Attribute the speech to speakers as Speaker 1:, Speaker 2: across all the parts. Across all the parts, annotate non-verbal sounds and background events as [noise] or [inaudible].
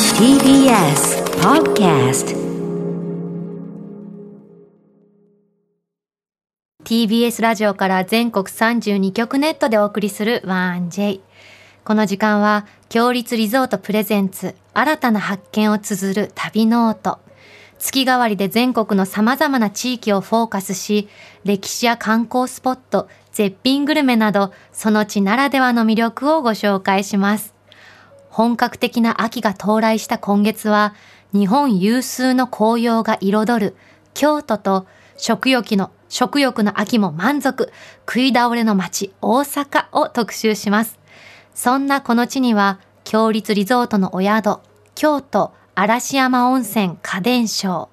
Speaker 1: TBS Podcast
Speaker 2: TBS ラジオから全国32局ネットでお送りする 1J この時間は強立リゾートプレゼンツ新たな発見を綴る旅ノート月替わりで全国の様々な地域をフォーカスし歴史や観光スポット絶品グルメなどその地ならではの魅力をご紹介します本格的な秋が到来した今月は、日本有数の紅葉が彩る京都と食欲の、食欲の秋も満足、食い倒れの街大阪を特集します。そんなこの地には、強立リゾートのお宿、京都嵐山温泉家電商、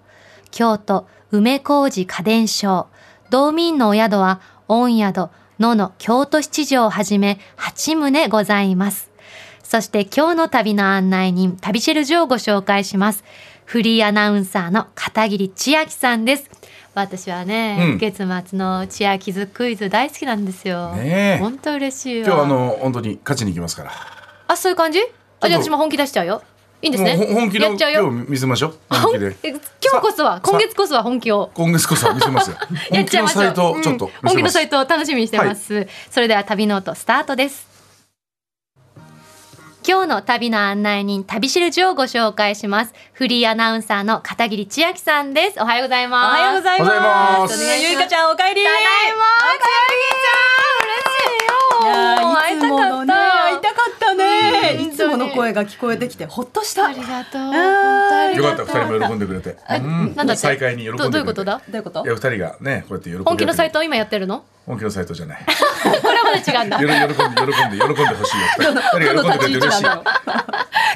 Speaker 2: 京都梅小路家電商、道民のお宿は、御宿、野の京都七条をはじめ8棟ございます。そして今日の旅の案内人、旅シェルジュをご紹介します。フリーアナウンサーの片桐千秋さんです。私はね、
Speaker 3: うん
Speaker 2: 月末の千秋ズクイズ大好きなんですよ。
Speaker 3: ねえ
Speaker 2: 本当嬉しいわ。
Speaker 3: 今日はあの本当に勝ちに行きますから。
Speaker 2: あそういう感じ？あじゃあ私も本気出しちゃうよ。いいんですね。
Speaker 3: もうほ本気
Speaker 2: やっ
Speaker 3: の
Speaker 2: ちゃう
Speaker 3: 今
Speaker 2: よ。
Speaker 3: 日見せましょう。本
Speaker 2: 本
Speaker 3: 気
Speaker 2: 気
Speaker 3: で。
Speaker 2: え今日こそは
Speaker 3: さ
Speaker 2: 今月こそは本気を。
Speaker 3: 今月こそは見せますよ。
Speaker 2: やっ
Speaker 3: 本
Speaker 2: ち
Speaker 3: 気
Speaker 2: ゃい
Speaker 3: の
Speaker 2: ましょう
Speaker 3: サイトをちょっと
Speaker 2: うん
Speaker 3: 見せます。
Speaker 2: 本気のサイトを楽しみにしてます、それでは旅ノートスタートです今日の旅の案内人旅しるじをご紹介しますフリーアナウンサーの片桐千秋さんですおはようござい
Speaker 4: お
Speaker 2: ます
Speaker 4: はようご
Speaker 2: い
Speaker 4: ざいま
Speaker 3: お
Speaker 4: す
Speaker 3: はようございます
Speaker 2: お願いします
Speaker 4: ゆいかちゃんおかえり
Speaker 2: ただいまかりちゃん嬉し
Speaker 4: いやいつ
Speaker 2: いよもう
Speaker 4: ものね会いたかったね、
Speaker 2: うん
Speaker 4: いつもの声が聞こえてきてほっとした
Speaker 2: あり
Speaker 4: ど
Speaker 2: がとう
Speaker 4: 本当あり
Speaker 3: よ
Speaker 4: が
Speaker 3: かった二人も喜んでくれて。うん
Speaker 2: なんだって
Speaker 3: 再会に喜んでく
Speaker 2: ど
Speaker 3: れて。
Speaker 2: どういうことだ
Speaker 4: ういうこと
Speaker 3: いや二人がねこうやって喜んで。
Speaker 2: 本気のサイ。トを今やってる
Speaker 3: [laughs]
Speaker 2: の
Speaker 3: 本気のサイトじゃない。
Speaker 2: これはまだ違うんだ
Speaker 3: 喜んで喜んで喜んで喜んでほしいよ。二人二人が喜んでくれて嬉しい。
Speaker 4: どの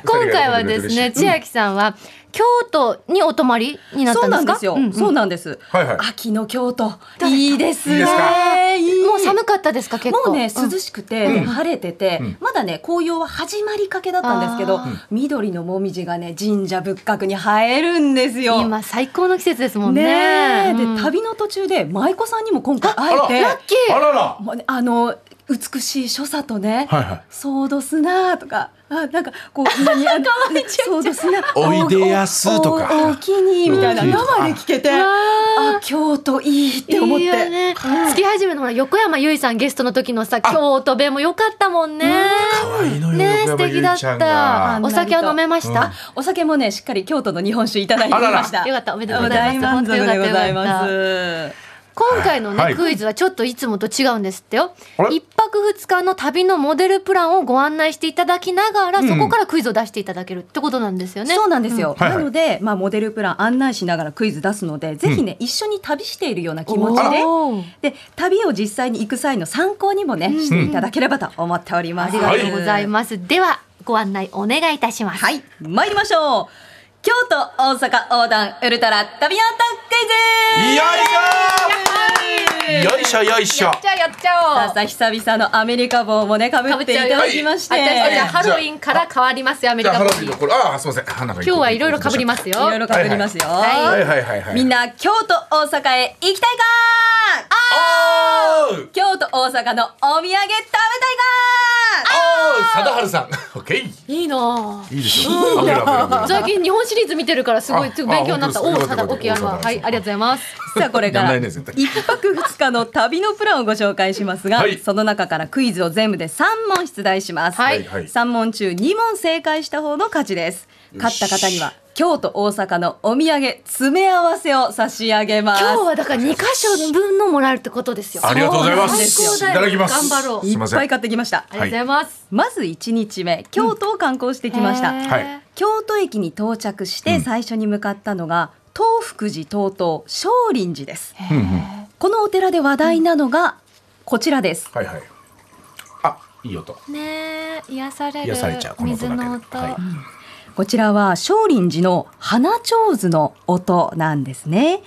Speaker 2: 今回はですね千
Speaker 3: 二人が喜んでくれて嬉しい
Speaker 2: 秋さんは京都にお泊まりになっ
Speaker 4: そ
Speaker 2: た
Speaker 4: うん
Speaker 2: で
Speaker 4: な
Speaker 2: す
Speaker 4: んで
Speaker 2: か
Speaker 4: すよ、そうなんです、
Speaker 3: はいはい
Speaker 4: 秋の京都いいですね
Speaker 3: いいですか
Speaker 4: いい
Speaker 2: もう寒かったですか結構
Speaker 4: もうね
Speaker 2: ん
Speaker 4: 涼しくて、で晴れてて、
Speaker 3: ん
Speaker 4: まだね紅葉は始まりかけだったんですけど
Speaker 2: あー
Speaker 4: 緑のもみじがね神社仏閣に映えるんですよ
Speaker 2: 今最高の季節ですもんね
Speaker 4: ねえ、
Speaker 2: うん
Speaker 4: で旅の途中で舞妓さんにも今回会えて
Speaker 3: あらあらら。
Speaker 4: もうね、あの美しい所作とね、
Speaker 3: はいはい
Speaker 4: ソードスナーとか、あなんかこう、何あのソードスナー、
Speaker 3: おいでやすとか
Speaker 4: おおおおきにみたいな
Speaker 3: おおきに
Speaker 4: 生で聞けて、
Speaker 2: わ
Speaker 4: あ
Speaker 2: あ
Speaker 4: 京都いいって思っ
Speaker 2: いいよ
Speaker 4: て。
Speaker 2: ね、月始めのほら横山由依さんゲストの時のさ京都弁も良かったもんね
Speaker 3: 可愛いのよ
Speaker 2: ねえ素
Speaker 3: 横山
Speaker 2: 敵
Speaker 3: 由
Speaker 2: だっ
Speaker 3: 依ちゃんが
Speaker 2: たお酒は飲めました、
Speaker 4: お酒もね、しっかり京都の日本酒いただいてきまし
Speaker 2: あら
Speaker 4: た。
Speaker 2: らよかったおめでとうござい
Speaker 4: 大
Speaker 2: ます
Speaker 4: 満足でございま
Speaker 2: よ
Speaker 4: す。
Speaker 2: 今回のね、
Speaker 3: はい
Speaker 2: クイズはちょっといつもと違うんですってよ
Speaker 3: あれ
Speaker 2: 一泊二日の旅のモデルプランをご案内していただきながら、
Speaker 3: ん
Speaker 2: そこからクイズを出していただけるってことなんですよね
Speaker 4: そうなんですよ。
Speaker 3: はいはい
Speaker 4: なので、まあ、モデルプラン案内しながらクイズ出すので、ぜひね、一緒に旅しているような気持ちで、
Speaker 2: おー
Speaker 4: で旅を実際に行く際の参考にもね、していただければと思っておりま
Speaker 2: あ
Speaker 4: す。
Speaker 2: りがとうござい
Speaker 4: ま
Speaker 2: ます、ではご案内お願いいたします
Speaker 4: はい、参りましょう。京都大阪横断ウルトラ旅アンタ
Speaker 3: よ
Speaker 4: クイ
Speaker 3: いし
Speaker 4: ズ。
Speaker 3: ょ。よいしょよいしょ。
Speaker 2: じゃあやっちゃおう
Speaker 4: さあ久々のアメリカ帽もねかぶっていただきまして、
Speaker 2: 私たちはハロウィンから変わりますよアメリカ
Speaker 3: ハ
Speaker 2: ボ
Speaker 3: ロ
Speaker 2: デ
Speaker 3: ウィンの
Speaker 2: ィ
Speaker 3: これあーすみません花が。
Speaker 2: 今日はいろいろ被りますすよ
Speaker 4: いろいろかぶりますよ。
Speaker 2: は
Speaker 3: はいはいはいはい。
Speaker 4: みんな京都大阪へ行きたいか
Speaker 3: おー
Speaker 4: 京都大阪のお土産食べたいか
Speaker 3: おー貞治さん。 [laughs] オッケー。
Speaker 2: いいない
Speaker 3: いでしょう。危ない危ない危ない
Speaker 2: あ最近日本シリーズ見てるからすごい
Speaker 3: あ
Speaker 2: ちょっと勉強になった
Speaker 3: あ
Speaker 2: お
Speaker 3: 本
Speaker 2: お
Speaker 3: 当です
Speaker 2: さ
Speaker 3: か
Speaker 2: だ
Speaker 3: よか
Speaker 2: オ
Speaker 3: っ
Speaker 2: ッケ
Speaker 3: た
Speaker 2: ー
Speaker 3: よ
Speaker 2: あります
Speaker 3: かった
Speaker 2: はいありがとうございます
Speaker 4: さあこれか
Speaker 3: やん
Speaker 4: ら
Speaker 3: ないね
Speaker 4: 一
Speaker 3: 絶対
Speaker 4: 泊二日の旅のプランをご紹介しますが、
Speaker 3: はい
Speaker 4: その中からクイズを全部で三問出題します。
Speaker 2: はい
Speaker 3: はい
Speaker 4: 三問中二問正解した方の勝ちです。勝った方には京都大阪のお土産詰め合わせを差し上げま
Speaker 2: 今日
Speaker 4: す。
Speaker 2: はだから2箇所分のもらえるってことですよ
Speaker 3: ありがとうございま
Speaker 2: そう
Speaker 3: す。い
Speaker 2: なんですよ
Speaker 3: ただきます。
Speaker 2: 頑張ろう
Speaker 3: す
Speaker 4: い
Speaker 3: い
Speaker 4: っ
Speaker 3: ません。
Speaker 4: ぱい買ってきました。
Speaker 2: ありがとうございます
Speaker 4: まず一日目、京都を観光してきました。
Speaker 2: へー
Speaker 3: はい
Speaker 4: 京都駅に到着して最初に向かったのが、東福寺東東少林寺です。
Speaker 3: うんうん
Speaker 4: このお寺で話題なのがこちらです。
Speaker 3: はいはい。あ、いい音。
Speaker 2: ねえ癒される
Speaker 3: 癒されちゃうこの音
Speaker 2: 水
Speaker 3: だけで
Speaker 2: の音
Speaker 3: はい
Speaker 4: こちらは少林寺の花手水の音なんですね。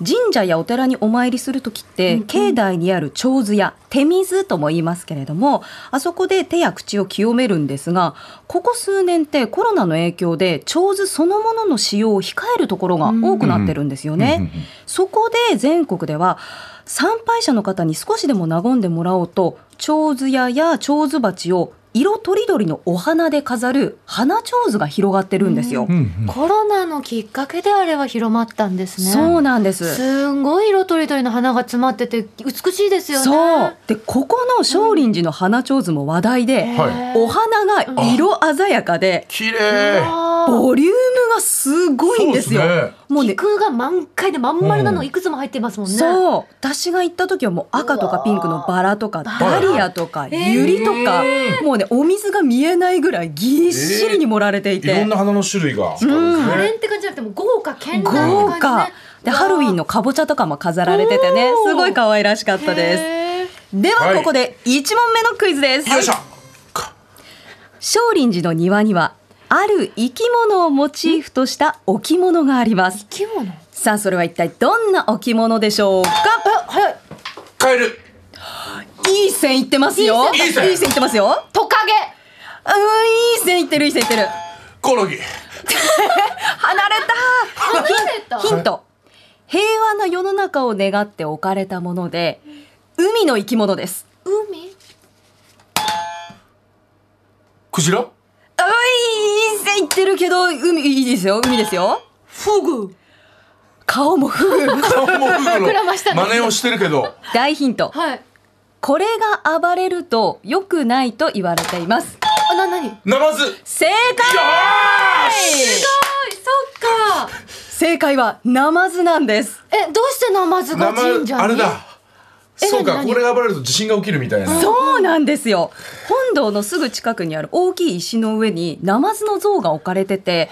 Speaker 4: 神社やお寺にお参りするときって、境内にある手水や手水とも言いますけれども、あそこで手や口を清めるんですが、ここ数年ってコロナの影響で、手水そのものの使用を控えるところが多くなってるんですよね。
Speaker 3: うんうんうんうん
Speaker 4: そこで全国では参拝者の方に少しでも和んでもらおうと、長図屋や長図鉢を色とりどりのお花で飾る花ちょうずが広がってるんですよ。
Speaker 3: うんうん
Speaker 2: コロナのきっかけであれは広まったんですね。
Speaker 4: そうなんです。
Speaker 2: すんごい色とりどりの花が詰まってて美しいですよね。
Speaker 4: そう。で、ここの少林寺の花ちょうずも話題で、
Speaker 3: は
Speaker 4: お花が色鮮やかで、
Speaker 3: 綺麗。
Speaker 2: お
Speaker 4: ボリュームがすごいんですよ。
Speaker 3: そうですね
Speaker 4: もうね、
Speaker 2: 菊が満開でまん丸なの
Speaker 3: うん
Speaker 2: いくつも入ってますもんね。
Speaker 4: そう私が行った時はもう赤とかピンクのバラとかダリアとか
Speaker 2: ー
Speaker 4: ユリとか
Speaker 3: え
Speaker 4: もうねお水が見えないぐらいぎっしりに盛られてい
Speaker 3: いろ
Speaker 4: て
Speaker 3: んな花の種類が。
Speaker 4: うん
Speaker 2: 可
Speaker 3: ね
Speaker 2: 憐って感じじゃなくてもう豪華絢爛って感じね。
Speaker 4: 豪華でハロウィンのかぼちゃとかも飾られててね
Speaker 2: おー
Speaker 4: すごい可愛らしかったです
Speaker 2: です。
Speaker 4: で
Speaker 3: は
Speaker 4: はいここで1問目のクイズです
Speaker 3: よいしょ。
Speaker 4: 少林寺の庭にはある生き物をモチーフとした置物があります
Speaker 2: 生き物。え
Speaker 4: さあそれは一体どんな置物でしょうか
Speaker 2: 早い。
Speaker 3: カエル。
Speaker 4: いい線いってますよ
Speaker 3: いい線
Speaker 4: いい線いってますよ
Speaker 2: トカゲ。
Speaker 4: うん、いい線いってる、いい線いってる。
Speaker 3: コオロギ。
Speaker 4: 離れ
Speaker 2: 離れた
Speaker 4: た。。 [laughs] ヒント。平和な世の中を願って置かれたもので、海の生き物です。
Speaker 2: 海。[laughs]
Speaker 3: クジラ。
Speaker 4: うん、いい線いってるけど、海、いいですよ、海ですよ。フグ。顔もフグ。 [laughs]
Speaker 3: 顔もフグの
Speaker 2: 膨らましたね
Speaker 3: 真似をしてるけど。
Speaker 4: 大ヒント。
Speaker 2: はい。
Speaker 4: これが暴れると良くないと言われています。
Speaker 2: あ、な、なに。
Speaker 3: ナマズ。よ
Speaker 4: 正解
Speaker 3: ーし。
Speaker 2: はい、そっか。
Speaker 4: 正解はナマズなんです。
Speaker 2: え、どうしてナマズが神社に。
Speaker 3: あれだ。そうか、
Speaker 2: 何
Speaker 3: これが暴れると地震が起きるみたいな。
Speaker 4: そうなんですよ。本堂のすぐ近くにある大きい石の上にナマズの像が置かれてて、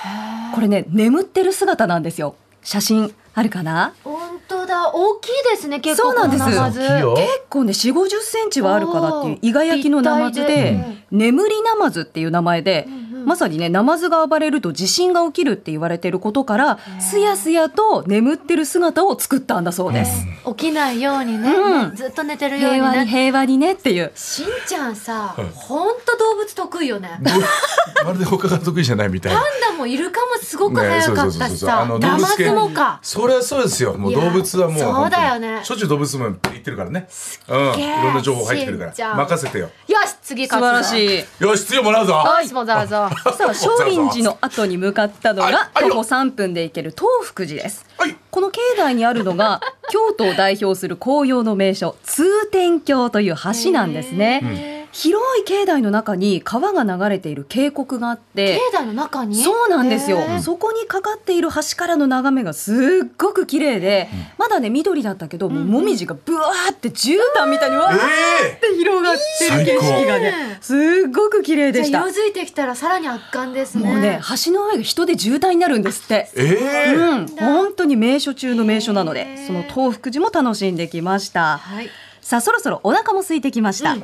Speaker 4: これね、眠ってる姿なんですよ。写真あるかな
Speaker 2: 本当だ。大きいですね。結構。
Speaker 4: そうなんです
Speaker 2: このナマズ
Speaker 3: 大きいよ
Speaker 4: 結構ね、4、50センチはあるかなってい
Speaker 2: お
Speaker 4: う
Speaker 2: ー
Speaker 4: イガ焼きのナマズ
Speaker 2: 立
Speaker 4: で
Speaker 2: 体で、
Speaker 4: 眠りナマズっていう名前で、
Speaker 2: うんうん
Speaker 4: まさにね、ナマズが暴れると地震が起きるって言われてることから、すやすやと眠ってる姿を作ったんだそうです。
Speaker 2: 起きないようにね、
Speaker 4: うん
Speaker 2: ずっと寝てるように
Speaker 4: 平和に
Speaker 2: ね。
Speaker 4: 平和にねっていう。
Speaker 2: しんちゃんさ
Speaker 3: はい、
Speaker 2: 本当動物得意よね。
Speaker 3: どう [laughs] まるで他が得意じゃないみたいな
Speaker 2: パ。ンダもイルカもすごく
Speaker 3: ね
Speaker 2: 早か
Speaker 3: そう
Speaker 2: っ
Speaker 3: そ
Speaker 2: た
Speaker 3: うそうそう
Speaker 2: しさ、
Speaker 3: あの
Speaker 2: ナマ
Speaker 3: 動物系
Speaker 2: ズもか。
Speaker 3: それはそうですよ。もう
Speaker 2: いや
Speaker 3: 動物はもう
Speaker 2: そうだよね
Speaker 3: 本当にしょっちゅう動物も行ってるからね。うん。
Speaker 2: げえ
Speaker 3: いろんな情報入ってくるか
Speaker 2: しんちゃ
Speaker 3: ら
Speaker 2: ん
Speaker 3: 任せてよ。
Speaker 2: よし、次
Speaker 4: 素
Speaker 2: 勝つ
Speaker 4: 晴
Speaker 2: ぞ
Speaker 4: らしい。
Speaker 3: よし、次もらうぞ。
Speaker 2: よし、もざわざ。
Speaker 4: さあ少林寺の後に向かったのが
Speaker 3: はいはい
Speaker 4: 徒
Speaker 3: よ
Speaker 4: 歩3分で行ける東福寺です
Speaker 3: はい。
Speaker 4: この境内にあるのが [laughs] 京都を代表する紅葉の名所通天橋という橋なんですね広い境内の中に川が流れている渓谷があって
Speaker 2: 境内の中に
Speaker 4: そうなんですよ
Speaker 2: へー
Speaker 4: そこにかかっている橋からの眺めがすっごく綺麗でまだね緑だったけどもうもみじがブワーって絨毯みたいにわーっ
Speaker 3: ええ
Speaker 4: て広がってる景色がねすっごく綺麗でし
Speaker 2: じゃ
Speaker 4: た
Speaker 2: あ色づいてきたらさらに圧巻ですね。
Speaker 4: もうね、橋の上が人で渋滞になるんですって。
Speaker 3: ええ
Speaker 4: うん、本当に名所中の名所なの
Speaker 2: へ
Speaker 4: で、
Speaker 2: ー
Speaker 4: その東福寺も楽しんできました。
Speaker 2: はい。
Speaker 4: さあ、そろそろお腹も空いてきました。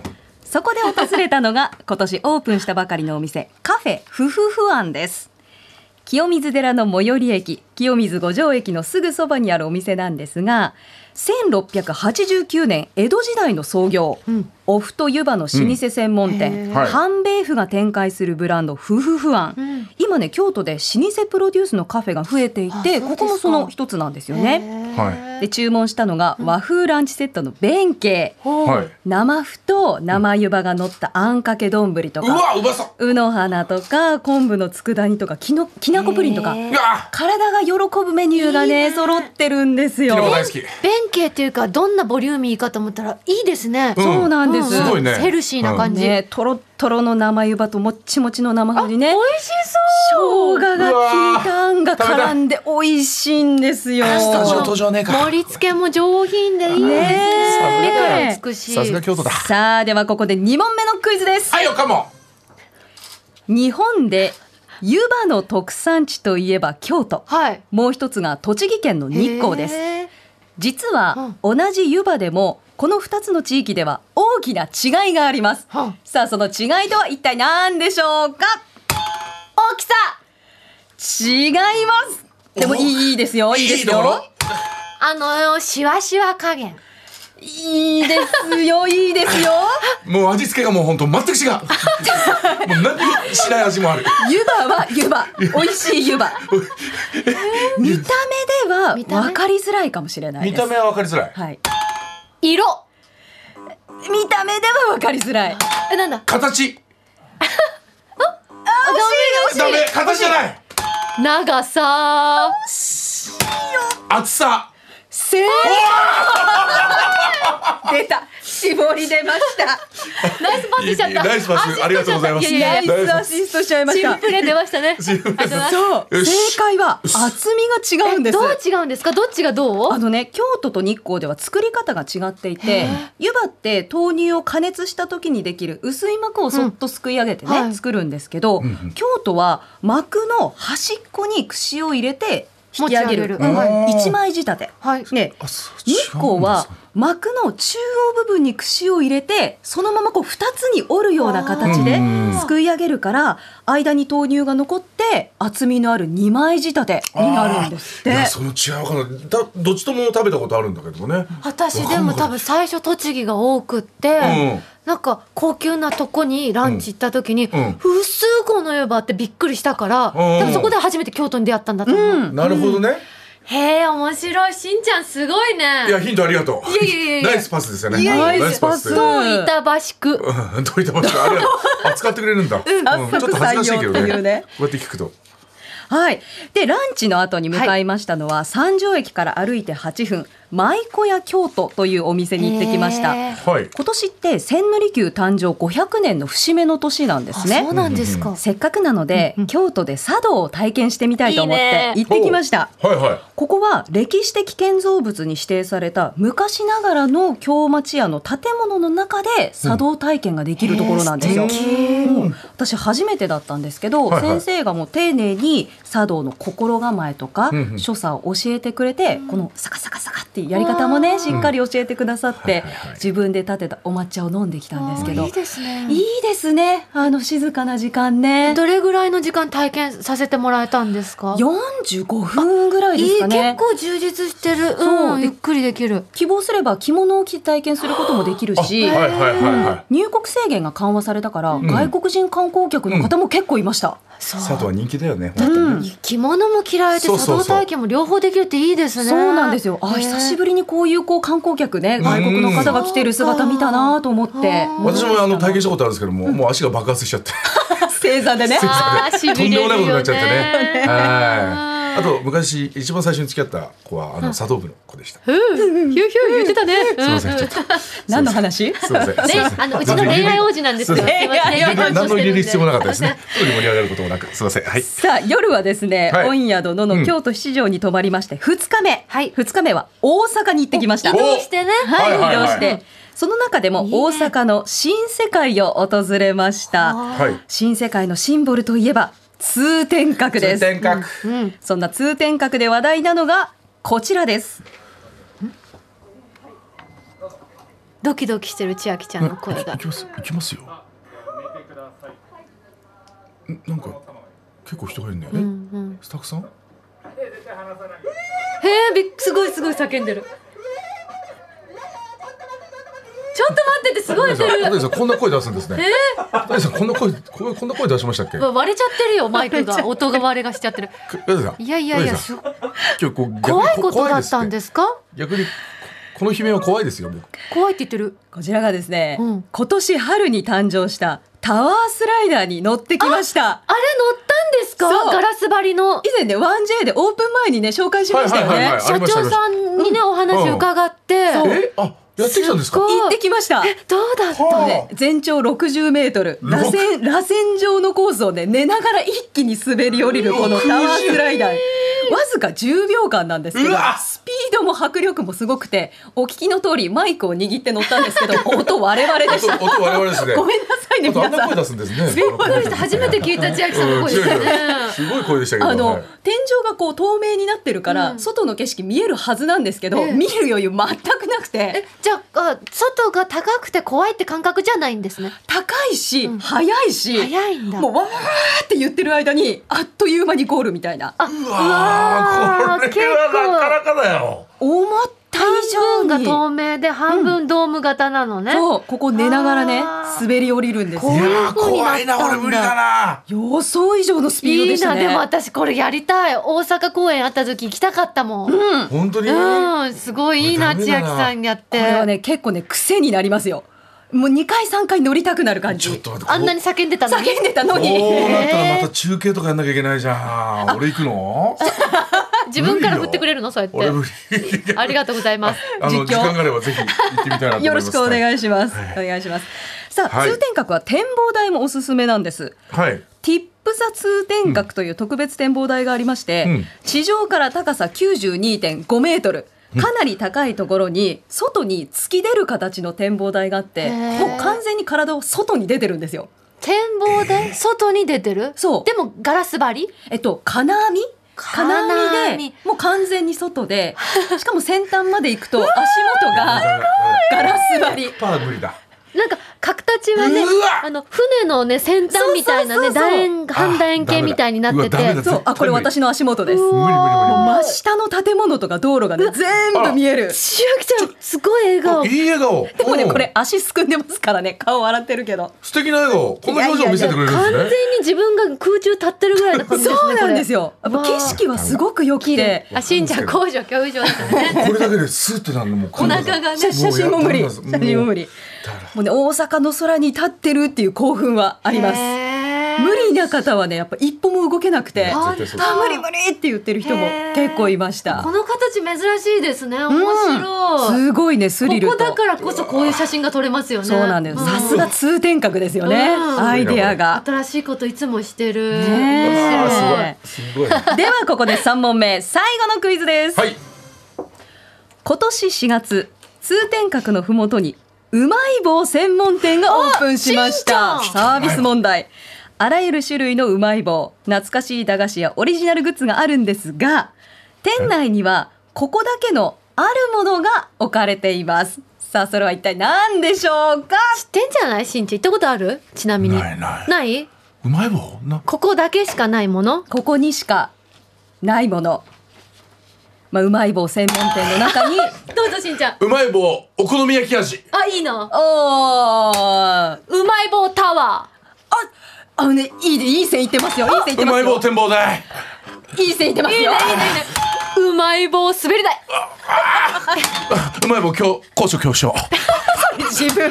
Speaker 4: そこで訪れた
Speaker 2: [laughs]
Speaker 4: のが、今年オープンしたばかりのお店、カフェふふふ庵です。清水寺の最寄り駅、清水五条駅のすぐそばにあるお店なんですが、1689年、江戸時代の創業、
Speaker 2: うん
Speaker 4: お麩と湯葉の老舗専
Speaker 2: う
Speaker 4: 門
Speaker 2: ん
Speaker 4: 店、
Speaker 2: へー
Speaker 3: はい
Speaker 4: 半米麩が展開するブランド、ふふふ庵。
Speaker 2: うん
Speaker 4: 今ね京都で老舗プロデュースのカフェが増えてい
Speaker 2: あそうで
Speaker 4: て
Speaker 2: すか。
Speaker 4: ここもその一つなんですよね。
Speaker 3: は
Speaker 4: で注文したのが和風ランチセットの弁慶、
Speaker 3: はいい。
Speaker 4: 生麩と生湯葉が乗ったあんかけ丼と
Speaker 3: う
Speaker 4: か
Speaker 3: わ、うまそう
Speaker 4: うの花とか昆布の佃煮とかきのきなこプリンとか、
Speaker 2: へ。
Speaker 3: うわ、
Speaker 4: 体が喜ぶメニューが
Speaker 2: いい
Speaker 4: ね
Speaker 2: ね
Speaker 4: 揃ってるんですよ
Speaker 3: きな。こ大好き。
Speaker 2: 弁慶っていうかどんなボリューミーかと思ったらいいですね。
Speaker 3: うん
Speaker 4: そうなんです、
Speaker 3: すごいね
Speaker 2: ヘルシーな感じ。
Speaker 4: ねとろとろの生湯葉ともっちもちの生麩にね
Speaker 2: 美味しそう。
Speaker 4: 生姜が効いたあんが絡んで美味しいんですよ。
Speaker 3: スタジオ登場ねえか。
Speaker 2: 盛り付けも上品でいいです
Speaker 4: ねえ
Speaker 2: 目から美しい。
Speaker 3: さすが京都だ。
Speaker 4: さあではここで2問目のクイズです、
Speaker 3: はい、よかも。
Speaker 4: 日本で湯葉の特産地といえば京都
Speaker 2: はい。
Speaker 4: もう一つが栃木県の日光です
Speaker 2: へー。
Speaker 4: 実は同じ湯葉でもこの2つの地域では大きな違いがあります
Speaker 2: はん
Speaker 4: さあその違いとは一体何でしょうか
Speaker 2: 大きさ。
Speaker 4: 違いますでもいいいいですよいいです
Speaker 3: とこ
Speaker 4: よ
Speaker 3: ろ
Speaker 2: あのシワシワ加減。
Speaker 4: いいですよいいですよ
Speaker 3: もう味付けがもう本当全く
Speaker 4: [laughs]
Speaker 3: 違う。もう何にしない味もある。
Speaker 4: 湯葉は湯葉美味しい
Speaker 2: [laughs]
Speaker 4: 湯葉見た目
Speaker 2: 見
Speaker 4: で
Speaker 2: た
Speaker 4: は
Speaker 2: 目
Speaker 4: 分かりづらいかもしれないです
Speaker 3: 見た目はわかりづらい。
Speaker 4: はい、
Speaker 2: 色。
Speaker 4: 見た目では分かりづらい
Speaker 2: えなんだ。
Speaker 4: [laughs]
Speaker 3: 形。ダメ形じゃない
Speaker 2: 長さ
Speaker 3: 厚さ
Speaker 4: せー出た絞り出ました
Speaker 2: ナイスパスしちゃった
Speaker 3: ナイスパスありがとうございます
Speaker 2: アシストしちゃったや
Speaker 4: ナ
Speaker 2: やや
Speaker 4: イスアシストしちゃいまし
Speaker 2: チーム
Speaker 4: た
Speaker 2: プレー出ました
Speaker 3: [laughs]
Speaker 2: ね
Speaker 3: チームプレー
Speaker 2: ありがとうございます
Speaker 4: そう
Speaker 3: よし
Speaker 4: 正解は厚みが違うんです
Speaker 2: どう違うんですかどっちがどう
Speaker 4: あのね京都と日光では作り方が違っていて湯葉って豆乳を加熱した時にできる薄い膜をそっとすくい上げてね、
Speaker 2: うんはい
Speaker 4: 作るんですけど、
Speaker 3: んうん
Speaker 4: 京都は膜の端っこに串を入れて引き上げる
Speaker 2: 持ち上
Speaker 3: げる
Speaker 4: うん
Speaker 3: はい
Speaker 4: 一枚仕立て。
Speaker 2: はい
Speaker 4: ね
Speaker 3: あそう
Speaker 4: 日
Speaker 3: 違う
Speaker 4: 光
Speaker 3: んだ
Speaker 4: は膜の中央部分に串を入れてそのままこう2つに折るような形で
Speaker 3: うん
Speaker 4: すくい上げるから間に豆乳が残って厚みのある2枚仕立てになるんですっ
Speaker 3: い
Speaker 4: て
Speaker 3: やその違うかなだどっちとも食べたことあるんだけどね
Speaker 2: 私でも多分最初栃木が多くって、
Speaker 3: うん
Speaker 2: なんか高級なとこにランチ行った時に、
Speaker 3: うんうん
Speaker 2: 薄この湯葉ってびっくりしたから、
Speaker 3: うん
Speaker 2: 多分そこで初めて京都に出会ったんだと思う、
Speaker 4: うん
Speaker 3: なるほどね
Speaker 2: へえ面白いしんちゃんすごいね
Speaker 3: いやヒントありがとう
Speaker 2: いやいやいやいや
Speaker 3: ナイスパスですよね
Speaker 4: いやいやいや
Speaker 3: ナイスパス
Speaker 4: ナイスパス
Speaker 2: そう板橋区
Speaker 3: うんどういったものかあれ
Speaker 4: [laughs]
Speaker 3: あ使ってくれるんだ、うん
Speaker 4: 早速
Speaker 3: ちょっと恥ずかしいけど
Speaker 4: 採用っていうね
Speaker 3: ねこうやって聞くと
Speaker 4: はい。で、ランチの後に向かいましたのは、三条駅から歩いて8分、舞妓屋京都というお店に行ってきました。
Speaker 2: へえ
Speaker 3: はい
Speaker 4: 今年って千利休誕生500年の節目の年なんで
Speaker 2: あ
Speaker 4: すね
Speaker 2: そう。なんですか、
Speaker 4: せっかくなので、京都で茶道を体験してみたいと思っ
Speaker 2: いい
Speaker 4: て
Speaker 2: ね
Speaker 4: 行ってきました。
Speaker 3: はいはい
Speaker 4: ここは歴史的建造物に指定された昔ながらの京町屋の建物の中で茶道体験ができるところなんですよ。
Speaker 2: へー素敵
Speaker 4: もう私初めてだったんですけど、
Speaker 3: はいはい
Speaker 4: 先生がもう丁寧に茶道の心構えとか
Speaker 3: うんうん
Speaker 4: 所作を教えてくれて、このサカサカサカっていうやり方もねしっかり教えてくださって、
Speaker 3: はいはいはい
Speaker 4: 自分で立てたお抹茶を飲んできたんですけ
Speaker 2: あー
Speaker 4: ど
Speaker 2: いい。ですね
Speaker 4: いいですね。あの静かな時間ね。
Speaker 2: どれぐらいの時間体験させてもらえたんですか
Speaker 4: 45分ぐらいですかね。
Speaker 2: いい結構充実してる
Speaker 4: そう
Speaker 2: うん
Speaker 4: で
Speaker 2: ゆっくりできる
Speaker 4: 希望すれば着物を着て体験することもできる
Speaker 3: あ
Speaker 4: し、
Speaker 3: はいはいはいはい
Speaker 4: 入国制限が緩和されたから、
Speaker 3: ん
Speaker 4: 外国人観光客の方も結構いました。
Speaker 2: そ
Speaker 3: 佐藤は人気だよね
Speaker 4: うん
Speaker 2: 着物も着られて
Speaker 3: そう
Speaker 2: 茶
Speaker 3: そうそう
Speaker 2: 道体験も両方できるっていいですね
Speaker 4: そうなんですよ。あ、久しぶりにこういうこう観光客ね、外国の方が来てる姿見たなと思って。
Speaker 2: うん
Speaker 3: 私もあの体験したことあるんですけども、もう足が爆発し
Speaker 2: [laughs]
Speaker 3: ちゃって
Speaker 4: 正
Speaker 3: [laughs]
Speaker 4: 座でね。
Speaker 2: あーし
Speaker 3: とん
Speaker 2: び
Speaker 3: で
Speaker 2: れ
Speaker 3: もない
Speaker 2: る
Speaker 3: ことにな
Speaker 2: よ
Speaker 3: っちゃってね
Speaker 2: ね
Speaker 3: はいあと昔一番最初に付き合った子はあの佐藤部の子でしたすい
Speaker 2: うんヒューヒュー言ってたね
Speaker 3: ませんちょっと
Speaker 4: 何の話？
Speaker 3: すいませんすい
Speaker 2: ね
Speaker 3: ません
Speaker 2: あのうちの恋愛王子なんですけど
Speaker 3: すい
Speaker 2: すいません
Speaker 4: いやいや
Speaker 2: 恋愛
Speaker 3: 何
Speaker 2: 王
Speaker 3: の
Speaker 2: 子
Speaker 3: 入れる必要もなかった
Speaker 2: してるん
Speaker 3: ですね特に盛り上がることもなくすいませんはい
Speaker 4: さあ夜はですね、
Speaker 3: はい
Speaker 4: 本宿のの京都市場に泊まりまして2日目、
Speaker 2: はい
Speaker 4: 2日目は大阪に行ってきました。
Speaker 2: 移動してね
Speaker 4: はい、
Speaker 3: はいはい
Speaker 4: 移
Speaker 3: はい
Speaker 4: 動して、その中でも大阪の新世界を訪れました。
Speaker 3: はい
Speaker 4: 新世界のシンボルといえば通天閣で
Speaker 3: 通
Speaker 4: す。
Speaker 3: 天閣
Speaker 2: うん
Speaker 4: そんな通天閣で話題なのがこちらです。
Speaker 2: ドキドキしてる千秋ちゃんの声が
Speaker 3: 行きます行きますよんなんか結構人がいるんだよね、スタッフさん
Speaker 2: へえびっすごいすごい叫んでるちょっと待ってってすごい
Speaker 3: 小
Speaker 2: 言ってる
Speaker 3: 谷さんこんな声出すんですね小谷さんこんな声ここんな声出しましたっけ
Speaker 2: うわ割れちゃってるよマイクが音が割れがしちゃってる
Speaker 3: 小谷さん
Speaker 2: いやいやいやす
Speaker 3: 小谷さん今日こう逆に
Speaker 2: 怖いことだったんですすか
Speaker 3: って逆にここの悲鳴は怖いですよ僕
Speaker 2: 怖いって言ってる
Speaker 4: こちらがですね、
Speaker 2: うん
Speaker 4: 今年春に誕生したタワースライダーに乗ってきました。
Speaker 2: あれ乗ったんですか
Speaker 4: そう
Speaker 2: ガラス張りの
Speaker 4: 以前ね 1J でオープン前にね紹介しましたよね。
Speaker 3: はいはいはいはいあ
Speaker 2: 社
Speaker 3: りました
Speaker 2: 長さんにねお話伺って
Speaker 4: うんそう
Speaker 3: えあやってきたんですか
Speaker 2: すっごい
Speaker 4: 行ってきました。
Speaker 2: どうだった
Speaker 3: はあ
Speaker 4: ね全長60メートル
Speaker 3: うわ
Speaker 4: 螺旋螺旋状のコースをね寝ながら一気に滑り降りるこのタワースライダーわずか10秒間なんですけ
Speaker 3: う
Speaker 4: ど
Speaker 3: わ
Speaker 4: スピードも迫力もすごくてお聞きの通りマイクを握って乗ったんです
Speaker 3: [laughs]
Speaker 4: けど音我々でし
Speaker 3: 音
Speaker 4: た
Speaker 3: 音我々ですね
Speaker 4: ごめんなさいね
Speaker 3: あとあん
Speaker 4: 皆
Speaker 3: な声出
Speaker 4: さん
Speaker 3: すんですね
Speaker 4: びっくりした
Speaker 2: 初めて聞いた千秋さんの声です
Speaker 3: うん違う
Speaker 2: ね
Speaker 3: 違うすごい声でしたけど
Speaker 4: あ
Speaker 3: は
Speaker 4: の
Speaker 3: い
Speaker 4: 天井がこう透明になってるから、
Speaker 2: うん
Speaker 4: 外の景色見えるはずなんですけど、
Speaker 2: ええ
Speaker 4: 見る余裕全くなくて
Speaker 2: えじゃああ外が高くて怖いって感覚じゃないんですね
Speaker 4: 高いし、
Speaker 2: ん
Speaker 4: 速いし
Speaker 2: 早いんだ
Speaker 4: もうわーって言ってる間にあっという間にゴールみたいな
Speaker 3: うわ
Speaker 2: うわー
Speaker 3: ーこれはなかなかだよ
Speaker 4: 思った
Speaker 2: 半分
Speaker 4: 以上
Speaker 2: が
Speaker 4: に
Speaker 2: 透明で半分ドーム型なのね、
Speaker 4: そうここ寝ながらね
Speaker 2: あー
Speaker 4: 滑り降りるんです
Speaker 3: い
Speaker 4: よ
Speaker 2: こう
Speaker 3: やー怖いな俺無理だな
Speaker 4: 予想以上のスピード
Speaker 2: い
Speaker 4: で
Speaker 2: い
Speaker 4: した
Speaker 2: な
Speaker 4: ね
Speaker 2: でも私これやりたい大阪公演あった時行きたかったもん、うん
Speaker 3: 本当に
Speaker 2: すごいいいな
Speaker 3: これ
Speaker 2: 千
Speaker 3: ダメだ
Speaker 2: 秋
Speaker 3: な
Speaker 2: さんやって
Speaker 4: これはね結構ね癖になりますよもう2回3回乗りたくなる感じ
Speaker 3: ちょっと待って
Speaker 2: あんなに叫んでたの
Speaker 4: 叫ん
Speaker 2: に
Speaker 4: でたのに
Speaker 3: こうなったらまた中継とかやんなきゃいけないじゃん。俺行くの？
Speaker 2: 自分から振ってくれるのそうやっ
Speaker 3: 俺無
Speaker 4: [laughs]
Speaker 2: て
Speaker 3: 理。
Speaker 2: ありがとうございます
Speaker 3: あの時
Speaker 4: 実況
Speaker 3: 間があればぜひ行ってみたいなと思います。
Speaker 4: よろしくお
Speaker 3: い。
Speaker 4: 願いします。
Speaker 3: は
Speaker 4: お願いします。さあ、
Speaker 3: はい
Speaker 4: 通天閣は展望台もおすすめなんです。
Speaker 3: はい。
Speaker 4: ティップザ通天閣という特別展望台がありまして、
Speaker 3: うん
Speaker 4: 地上から高さ92.5メートル。かなり高いところに外に突き出る形の展望台があって
Speaker 2: へー
Speaker 4: もう完全に体を外に出てるんですよ。
Speaker 2: 展望で外に出てる
Speaker 4: そう
Speaker 2: でもガラス張り
Speaker 4: えっと金網
Speaker 2: 金網
Speaker 4: 金網でもう完全に外で [laughs] しかも先端まで行くと足元がガラス張り。
Speaker 3: パー無理だ。
Speaker 2: なんか形はね
Speaker 3: うわ
Speaker 2: あの船のね先端みたいなね
Speaker 4: そうそうそうそう
Speaker 2: 楕円半楕円形みたいになって
Speaker 3: あダメだうわダメ
Speaker 2: て
Speaker 3: だ
Speaker 4: そうあこれ私の足元です。
Speaker 2: う
Speaker 3: 無
Speaker 2: わ
Speaker 3: 理無理無理。
Speaker 4: 真下の建物とか道路がね全部見える
Speaker 2: 千秋ちゃんすごい笑顔
Speaker 3: おいい笑顔。
Speaker 4: でもね
Speaker 3: うん
Speaker 4: これ。足すくんでますからね顔笑ってるけど
Speaker 3: 素敵な笑顔。こんな表情見せてくれるんです
Speaker 2: 完全
Speaker 3: ね
Speaker 2: に。自分が空中立ってるぐらいの
Speaker 4: そ
Speaker 2: 感じですね
Speaker 4: うなんです
Speaker 2: よ
Speaker 4: よやっぱ景色はすごく良く
Speaker 2: 綺麗
Speaker 4: て
Speaker 2: あしんちゃん高所恐怖症ですね
Speaker 3: これだけでスーってなんでもう
Speaker 2: お腹がね
Speaker 4: 写写真も無理写真も無
Speaker 3: 理。
Speaker 4: 理
Speaker 3: だから
Speaker 4: もうね大阪の空に立ってるっていう興奮は [laughs] あります
Speaker 2: へー
Speaker 4: 無理な方はねやっぱ一歩も動けなくて「あ
Speaker 3: 絶対そう
Speaker 2: あ
Speaker 4: 無理無理!」って言ってる人も結構いました
Speaker 2: この形珍しいですね面白い、
Speaker 4: すごいねスリル
Speaker 2: ことこだからこそこういう写真が撮れますよね
Speaker 4: そうなんですさすが通天閣ですよね
Speaker 2: うん
Speaker 4: アイデ
Speaker 2: [laughs]
Speaker 4: アが
Speaker 2: 新しいこといつもしてる、面
Speaker 4: ね
Speaker 2: 白い
Speaker 4: え
Speaker 3: あーすごい。すごい。は
Speaker 4: ではここで3問目最後のクイズです、
Speaker 3: い。
Speaker 4: 今年4月通天閣のふもとにうまい棒専門店がオープンしました
Speaker 2: あしんちゃん
Speaker 4: サービス問題あらゆる種類のうまい棒懐かしい駄菓子やオリジナルグッズがあるんですが店内にはここだけのあるものが置かれていますさあそれは一体何でしょうか
Speaker 2: 知ってんじゃないしんち行ったことあるちなみに
Speaker 3: ないない
Speaker 2: ない
Speaker 3: うんうまい棒な。
Speaker 2: ここだけしかないもの
Speaker 4: ここにしかないもの、まあ、うまい棒専門店の中
Speaker 3: [laughs]
Speaker 4: に
Speaker 2: どうぞしんちゃん
Speaker 3: うまい棒お好み焼き味。
Speaker 2: あいいな
Speaker 4: おー
Speaker 2: うまい棒タワ
Speaker 4: あのね、いいで、いい線いってますよ。いい線いっ
Speaker 3: う
Speaker 4: てま
Speaker 3: ますい棒
Speaker 4: よ。
Speaker 3: 展望台。
Speaker 4: いい線いってますよ。
Speaker 2: ーうまい棒滑り台
Speaker 3: うまい棒今日高所恐怖症。
Speaker 4: 自分。
Speaker 2: う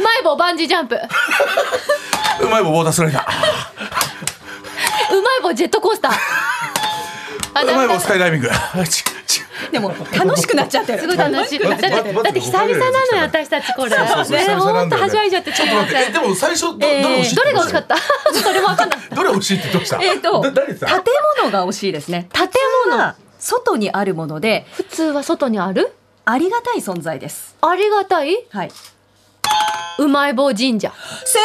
Speaker 2: まい棒バンジージャンプうま
Speaker 3: うまい棒ボーダースライダー。
Speaker 2: い棒ジェットコースターあ
Speaker 3: [laughs] うまい棒ス
Speaker 2: す
Speaker 3: カイダイビング。ちち
Speaker 4: でも、楽しくなっちゃってる。
Speaker 2: ごい楽しいだ
Speaker 3: 待
Speaker 2: っ
Speaker 3: ってて
Speaker 2: だっ
Speaker 3: 待ってて
Speaker 2: 久々なのよ私たちこれね
Speaker 3: そうそうそう久々な
Speaker 2: 本
Speaker 3: んだ
Speaker 2: 当
Speaker 3: よね
Speaker 2: はしゃいじゃってちょっと待っ
Speaker 3: え
Speaker 2: て
Speaker 3: でも最初どど
Speaker 4: えー
Speaker 3: れ欲しい
Speaker 2: ど
Speaker 3: って
Speaker 2: れが惜
Speaker 3: 言っ
Speaker 2: したかったそれもわかんない
Speaker 3: どれ欲しいって言ってました。
Speaker 4: えっと、
Speaker 3: だ誰
Speaker 4: 建
Speaker 3: さ。
Speaker 4: 物が惜しいですね。建物。外にあるもので、
Speaker 2: 普通は外にある
Speaker 4: ありがたい存在です。
Speaker 2: ありがたい
Speaker 4: はい。
Speaker 2: うまい棒神社
Speaker 4: 正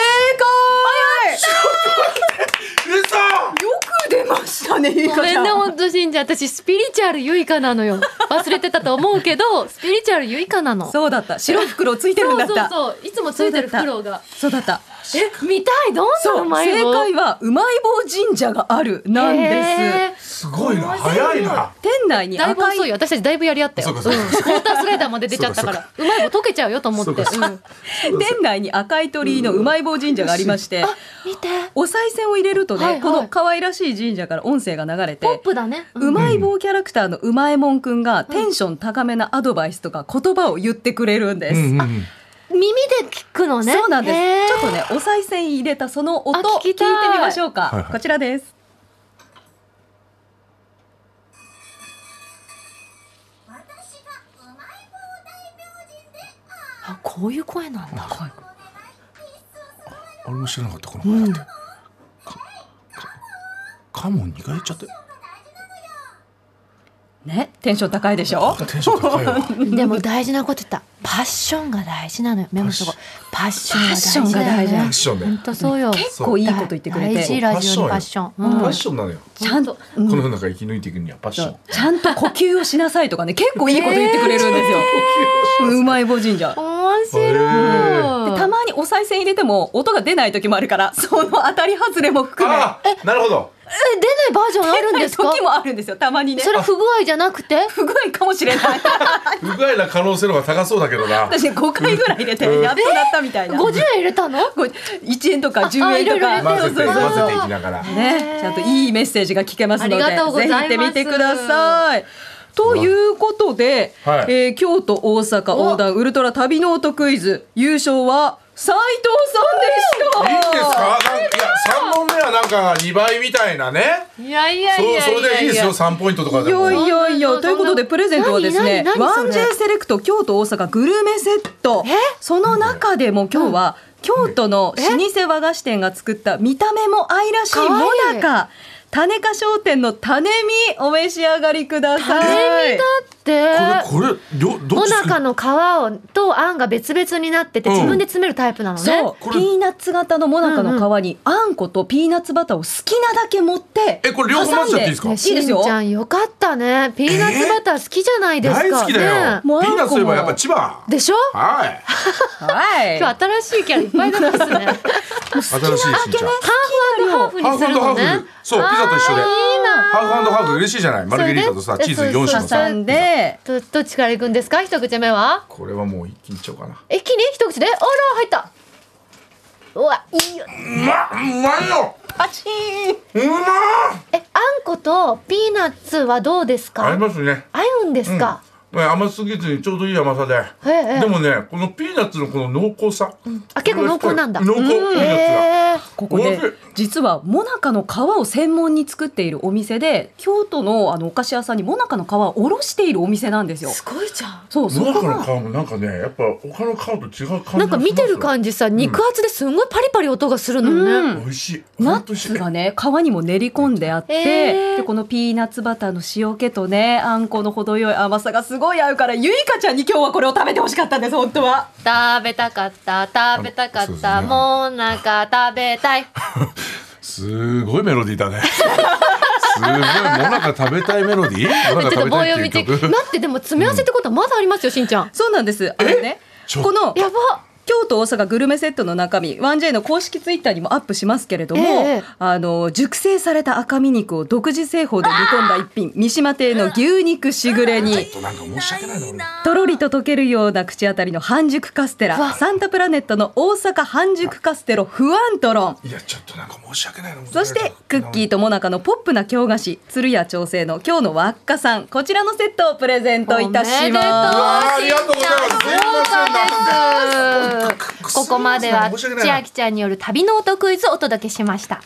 Speaker 4: 解。よく出ましたね。ゆい
Speaker 2: ご
Speaker 4: か
Speaker 2: め
Speaker 4: ちゃ
Speaker 2: ん
Speaker 4: ん
Speaker 2: ね本当信者私スピリチュアルゆいかなのよ忘れてたと思うけどスピリチュアルゆいかなの
Speaker 4: そうだった。白い袋ついてるんだっ
Speaker 2: そうそう
Speaker 4: た。
Speaker 2: そういつもついてる袋が
Speaker 4: そうだった。
Speaker 2: え見たいどんな
Speaker 4: そうう、
Speaker 2: まい
Speaker 4: 正
Speaker 2: 棒
Speaker 4: 解はうまい棒神社があるなんです。
Speaker 2: す
Speaker 3: すごいな早いな。
Speaker 4: 店内に
Speaker 2: だいぶ
Speaker 4: 赤い
Speaker 2: 遅いよ私たちだいぶやり合ったよ
Speaker 3: そうかそうか
Speaker 2: んウォータースライダーまで出ちゃったからうまい棒溶けちゃうよと思って、
Speaker 3: そうかそうか
Speaker 2: うん
Speaker 4: 店内に赤い鳥居のうまい棒神社がありまして、
Speaker 2: 見て
Speaker 4: お賽銭を入れるとね、
Speaker 2: はいはい
Speaker 4: この可愛らしい神社から音声が流れ
Speaker 2: ポッ
Speaker 4: て、
Speaker 2: プだね、
Speaker 4: うまい棒キャラクターのうまえもんくんがテンション高めなアドバイスとか言葉を言ってくれるんです。
Speaker 3: うんうん
Speaker 2: 耳で聞くのね
Speaker 4: そうなん
Speaker 2: へー
Speaker 4: です。ちょっとね、お賽銭入れたその音
Speaker 2: あ聞
Speaker 4: 聞
Speaker 2: き
Speaker 4: いて
Speaker 2: たい
Speaker 4: みましょうか。
Speaker 3: はいはい
Speaker 4: こちらです。
Speaker 2: あこういう声なんだ
Speaker 3: 俺も知らなかったこの声だって。かかカモン二回言っちゃって。
Speaker 4: ね、テンション高いでしょ。
Speaker 3: テンション高いわ。
Speaker 2: でも大事なこと言ったパッションが大事なのよメモしとこうパッションが大事
Speaker 4: パッショ
Speaker 2: だよね
Speaker 3: ファッショ
Speaker 4: ンが大事なのファ
Speaker 3: ンで。
Speaker 2: 本当そうよ
Speaker 4: 結構いいこと言ってくれ
Speaker 2: 大
Speaker 4: て
Speaker 2: 事、ラジオにパッション
Speaker 3: ファ
Speaker 2: う
Speaker 3: ッ
Speaker 2: ん
Speaker 3: ションなのよ。
Speaker 4: ちゃんと、う
Speaker 3: こ
Speaker 4: ん
Speaker 3: の世の中生き抜いていくにはパッション。呼
Speaker 4: ちゃんと呼吸をしなさいとかね、結構いいこと言ってくれるんですよ。うまい棒神社。
Speaker 2: 面
Speaker 3: へ
Speaker 2: 白い
Speaker 4: でたまにお賽銭入れても音が出ない時もあるからその当たり外れも含め
Speaker 3: ああ、なるほど。
Speaker 2: え出ないバージョンあるんですか
Speaker 4: [laughs] 出ない時もあるんですよたまにね
Speaker 2: それ不具合じゃなくて
Speaker 4: 不具合かもし
Speaker 2: [laughs]
Speaker 4: れない
Speaker 3: 不具合な可能性の方が高そうだけどな。
Speaker 4: 私ね5回ぐらい入れて
Speaker 3: うん
Speaker 4: やっとなったみたいな
Speaker 2: 50円入れたの
Speaker 4: こう1円とか10円と
Speaker 2: あ
Speaker 4: か
Speaker 2: あいろいろ入
Speaker 3: 混
Speaker 2: れ
Speaker 3: ぜて
Speaker 2: そうそうそう
Speaker 3: 混ぜていきながら。
Speaker 4: ねちゃんといいメッセージが聞けますので
Speaker 2: ありがとうございます
Speaker 4: ぜひ行ってみてくださいということで、
Speaker 3: はい
Speaker 4: えー京都大阪横断ウルトラ旅ノートクイズ優勝は斉藤さんでした。
Speaker 3: いいんですかなんいや三問目はなんか2倍みたいなね
Speaker 5: いやいやい
Speaker 3: そう
Speaker 5: や
Speaker 3: それでいいですよ3ポイントとか
Speaker 4: い
Speaker 3: でも
Speaker 4: やいやい
Speaker 5: そん
Speaker 4: や
Speaker 5: な
Speaker 4: ということでプレゼントはですね
Speaker 2: 何何何それ
Speaker 4: 1J セレクト京都大阪グルメセットその中でも今日は京都の老舗和菓子店が作った見た目も愛らしい
Speaker 5: かわいい
Speaker 4: もなか種花商店の種見お召し上がりください
Speaker 5: で
Speaker 3: これこれ両どっ
Speaker 5: も
Speaker 3: ち
Speaker 5: な
Speaker 3: 作
Speaker 5: か
Speaker 3: る
Speaker 5: の皮をとあんが別々になってて
Speaker 3: うん
Speaker 5: 自分で詰めるタイプなのね、
Speaker 4: そう
Speaker 3: これ
Speaker 4: ピーナッツ型のもなかの皮にあんことピーナッツバターを好きなだけ持って
Speaker 3: えこれ両方混ぜちゃっていいですか
Speaker 4: 挟んいいです
Speaker 5: しん
Speaker 4: よ
Speaker 5: ちゃんよかったねピーナッツバター好きじゃないですか、
Speaker 3: 大好きだよ
Speaker 5: ね
Speaker 3: ピ
Speaker 4: もうあんこ
Speaker 3: ー
Speaker 4: も
Speaker 3: ナッツといえばやっぱ千葉
Speaker 5: でしょ
Speaker 3: はい
Speaker 4: はい
Speaker 5: 今日新しいキャラいっぱい出て
Speaker 4: [laughs]
Speaker 5: ますねハー
Speaker 3: 新しいしんちゃん
Speaker 5: フハーフ
Speaker 3: ハー
Speaker 5: に
Speaker 3: フ
Speaker 5: するの
Speaker 3: ハ
Speaker 5: ね
Speaker 3: ーフそうピザと一緒でハーフハーフ嬉しいじゃないマルゲリータとさ
Speaker 5: それで
Speaker 3: チーズ4種の
Speaker 4: 挟
Speaker 3: さ
Speaker 4: んで
Speaker 5: どどっちから行くんですか一口目は
Speaker 3: これはもう一気にいっちゃおうかな
Speaker 5: 一気に一口であら入ったうわいいよ
Speaker 3: うまうまいよ
Speaker 4: パチーン
Speaker 3: うまー
Speaker 5: えあんことピーナッツはどうですか
Speaker 3: 合いますね
Speaker 5: 合うんですか、
Speaker 3: うんね甘すぎずにちょうどいい甘さで、
Speaker 5: ええ
Speaker 3: でもねこのピーナッツのこの濃厚さ、
Speaker 5: あ結構濃厚なんだ
Speaker 3: 濃厚ピーナッツが、
Speaker 5: へー
Speaker 4: ここで
Speaker 3: 美味しい
Speaker 4: 実はもなかの皮を専門に作っているお店で京都のあのお菓子屋さんにもなかの皮を卸しているお店なんですよ。
Speaker 5: すごいじゃん
Speaker 4: そうそ
Speaker 3: もな
Speaker 4: こ
Speaker 3: か
Speaker 4: が
Speaker 3: の皮もなんかねやっぱ他の皮と違う感じがしますよ
Speaker 5: なんか見てる感じさ肉厚ですんごいパリパリ音がするのね、
Speaker 4: うん
Speaker 3: 美味しい
Speaker 4: ナ
Speaker 3: 本当美味
Speaker 4: ッ
Speaker 3: し
Speaker 4: ツ
Speaker 3: い
Speaker 4: がね皮にも練り込んであって、
Speaker 5: えー
Speaker 4: でこのピーナッツバターの塩気とねあんこの程よい甘さがすごい合うからゆいかちゃんに今日はこれを食べてほしかったんです本当は。
Speaker 2: 食べたかった食べたか
Speaker 3: そう
Speaker 2: っ
Speaker 3: です
Speaker 2: た、
Speaker 3: ね
Speaker 2: もうなんか食べ
Speaker 3: [laughs]
Speaker 2: たい
Speaker 3: すごいメロディ
Speaker 5: [laughs]
Speaker 3: ーだねすごいもなか食べたいメロディーもなか
Speaker 5: ちょっと
Speaker 3: 食べ
Speaker 5: 棒
Speaker 3: た
Speaker 5: 読
Speaker 3: い
Speaker 5: み
Speaker 3: ってい
Speaker 5: 中
Speaker 3: う曲
Speaker 5: 待ってでも詰め合わせってことはまだありますよしんちゃん
Speaker 4: そうなんですあれね
Speaker 3: ちょ
Speaker 4: この
Speaker 5: やば
Speaker 4: 京都大阪グルメセットの中身 1J の公式ツイッターにもアップしますけれども、
Speaker 5: ええ
Speaker 4: あの熟成された赤身肉を独自製法で煮込んだ一品三島亭の牛肉しぐれに
Speaker 3: ちょっとなんか申し訳ないな俺
Speaker 4: とろりと溶けるような口当たりの半熟カステラサンタプラネットの大阪半熟カステロフアントロン
Speaker 3: いやちょっとなんか申し訳ないな
Speaker 4: そしてクッキーともなかのポップな京菓子鶴屋調整の今日の輪っかさんこちらのセットをプレゼントいたし
Speaker 3: う
Speaker 4: ま
Speaker 3: わーありがとうございますすいませんなんで
Speaker 2: ここまでは
Speaker 3: 申し訳ない
Speaker 2: 千
Speaker 3: な
Speaker 2: 秋ちゃんによる旅の音クイズをお届けしました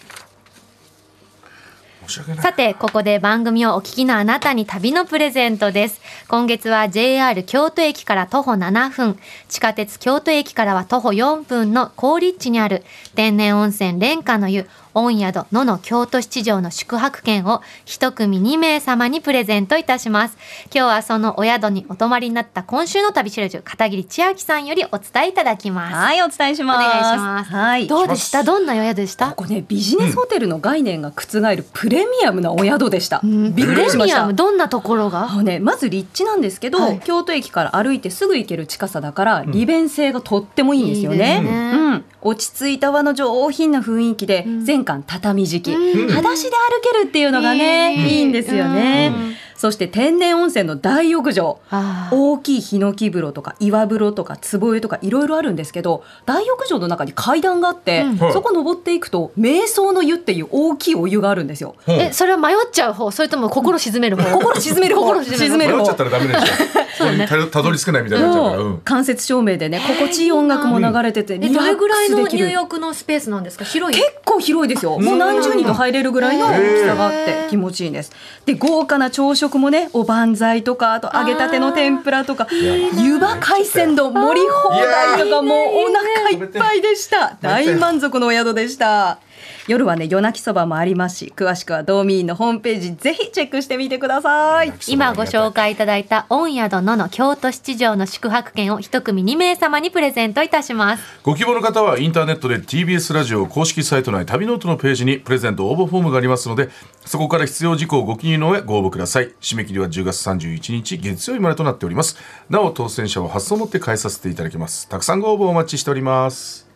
Speaker 3: 申し訳ない
Speaker 2: さて、ここで番組をお聞きのあなたに旅のプレゼントです。今月は JR 京都駅から徒歩7分、地下鉄京都駅からは徒歩4分の高立地にある天然温泉蓮華の湯、温宿野の京都七条の宿泊券を一組2名様にプレゼントいたします。今日はそのお宿にお泊まりになった今週の旅しるじゅ片桐千秋さんよりお伝えいただき
Speaker 4: す
Speaker 2: ます。
Speaker 4: はいお伝えします
Speaker 2: お願いします
Speaker 4: はい
Speaker 2: どうでしたどんなお宿でした
Speaker 4: ここねビジネスホテルの概念が覆るプレミアムなお宿でした、びっくりしまし
Speaker 2: プレミア
Speaker 4: た
Speaker 2: ムどんなところが
Speaker 4: あのね、まず立地なんですけど、
Speaker 2: はい
Speaker 4: 京都駅から歩いてすぐ行ける近さだから、利便性がとってもいいんですよね
Speaker 2: いいですね
Speaker 4: うん、落ち着いた和の上品な雰囲気で、全館畳敷き、裸足で歩けるっていうのがね、
Speaker 2: うん
Speaker 4: いいんですよね、そして天然温泉の大浴場
Speaker 2: あー
Speaker 4: 大きいヒノキ風呂とか岩風呂とか壺湯とかいろいろあるんですけど大浴場の中に階段があって、
Speaker 2: うん
Speaker 4: そこ登っていくと瞑想の湯っていう大きいお湯があるんですよ。
Speaker 3: ほう
Speaker 5: えそれは迷っちゃう方それとも心沈める方
Speaker 4: 心沈める方
Speaker 5: 心沈める
Speaker 3: 迷
Speaker 4: 方
Speaker 3: っちゃったらダメでし
Speaker 5: [laughs]
Speaker 3: ょここにたどたどり着けないみたいになっちゃうからう
Speaker 4: もうん間接照明でね心地いい音楽も流れてて
Speaker 5: え
Speaker 4: リ
Speaker 5: ど
Speaker 4: ラ
Speaker 5: れ
Speaker 4: ッ
Speaker 5: ぐ
Speaker 4: ク
Speaker 5: らい
Speaker 4: ス
Speaker 5: の
Speaker 4: でき
Speaker 5: 入
Speaker 4: る
Speaker 5: 浴のスペースなんですか広い
Speaker 4: 結構広いですよもう何十人と入れるぐらいの大きさがあって気持ちいいんですで豪華な朝食もねおばんざいとかあと揚げたての天ぷらとか湯葉海鮮丼盛り放題とかもうお腹いっぱいでした大満足のお宿でした夜はね夜泣きそばもありますし詳しくはドーミーンのホームページぜひチェックしてみてください
Speaker 2: 今ご紹介いただいた御宿のの京都七条の宿泊券を一組2名様にプレゼントいたします
Speaker 3: ご希望の方はインターネットで TBS ラジオ公式サイト内旅ノートのページにプレゼント応募フォームがありますのでそこから必要事項をご記入の上ご応募ください締め切りは10月31日月曜日までとなっておりますなお当選者は発送をもって返させていただきますたくさんご応募お待ちしております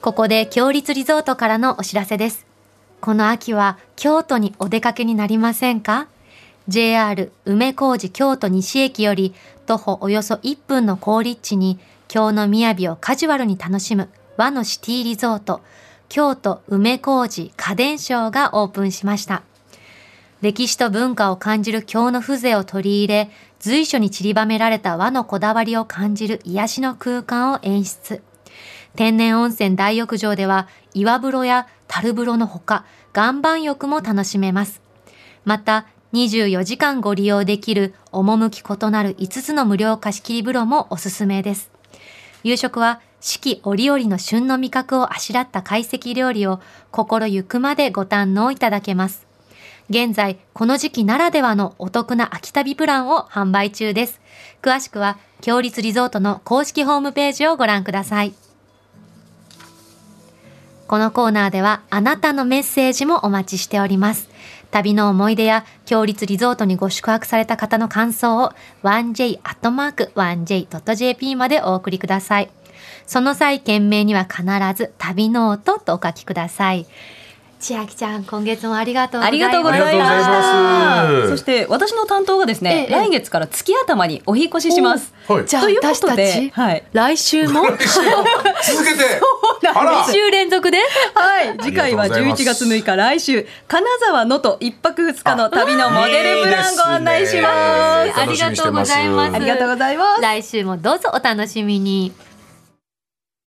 Speaker 2: ここで強立リゾートからのお知らせです。この秋は京都にお出かけになりませんか ?JR 梅小路京都西駅より徒歩およそ1分の高立地に京の雅をカジュアルに楽しむ和のシティリゾート京都梅小路家電商がオープンしました。
Speaker 6: 歴史と文化を感じる京の風情を取り入れ、随所に散りばめられた和のこだわりを感じる癒しの空間を演出。天然温泉大浴場では、岩風呂や樽風呂のほか、岩盤浴も楽しめます。また、24時間ご利用できる趣異なる5つの無料貸し切り風呂もおすすめです。夕食は四季折々の旬の味覚をあしらった懐石料理を心ゆくまでご堪能いただけます。現在、この時期ならではのお得な秋旅プランを販売中です。詳しくは、強立リゾートの公式ホームページをご覧ください。このコーナーではあなたのメッセージもお待ちしております。旅の思い出や、強立リゾートにご宿泊された方の感想を 1j.1j.jp までお送りください。その際、件名には必ず旅ノートとお書きください。千秋ちゃん、今月もありがとうございまし
Speaker 3: ざ
Speaker 6: た。
Speaker 3: いましたありがとうございます
Speaker 4: そして私の担当がですね、
Speaker 2: ええ
Speaker 4: 来月から月頭にお引越しします。
Speaker 3: はい
Speaker 2: じゃあ
Speaker 4: ということで
Speaker 2: 私たち、
Speaker 4: はい
Speaker 2: 来週も
Speaker 3: 続けてあら
Speaker 6: 2週連続で
Speaker 4: はい、次回は
Speaker 3: ありがとうございます
Speaker 4: 11月6日来週金沢のと一泊二日の旅のモデルプランご案内します。
Speaker 6: ありがとうございます
Speaker 4: ありがとうございます。
Speaker 6: 来週もどうぞお楽しみに。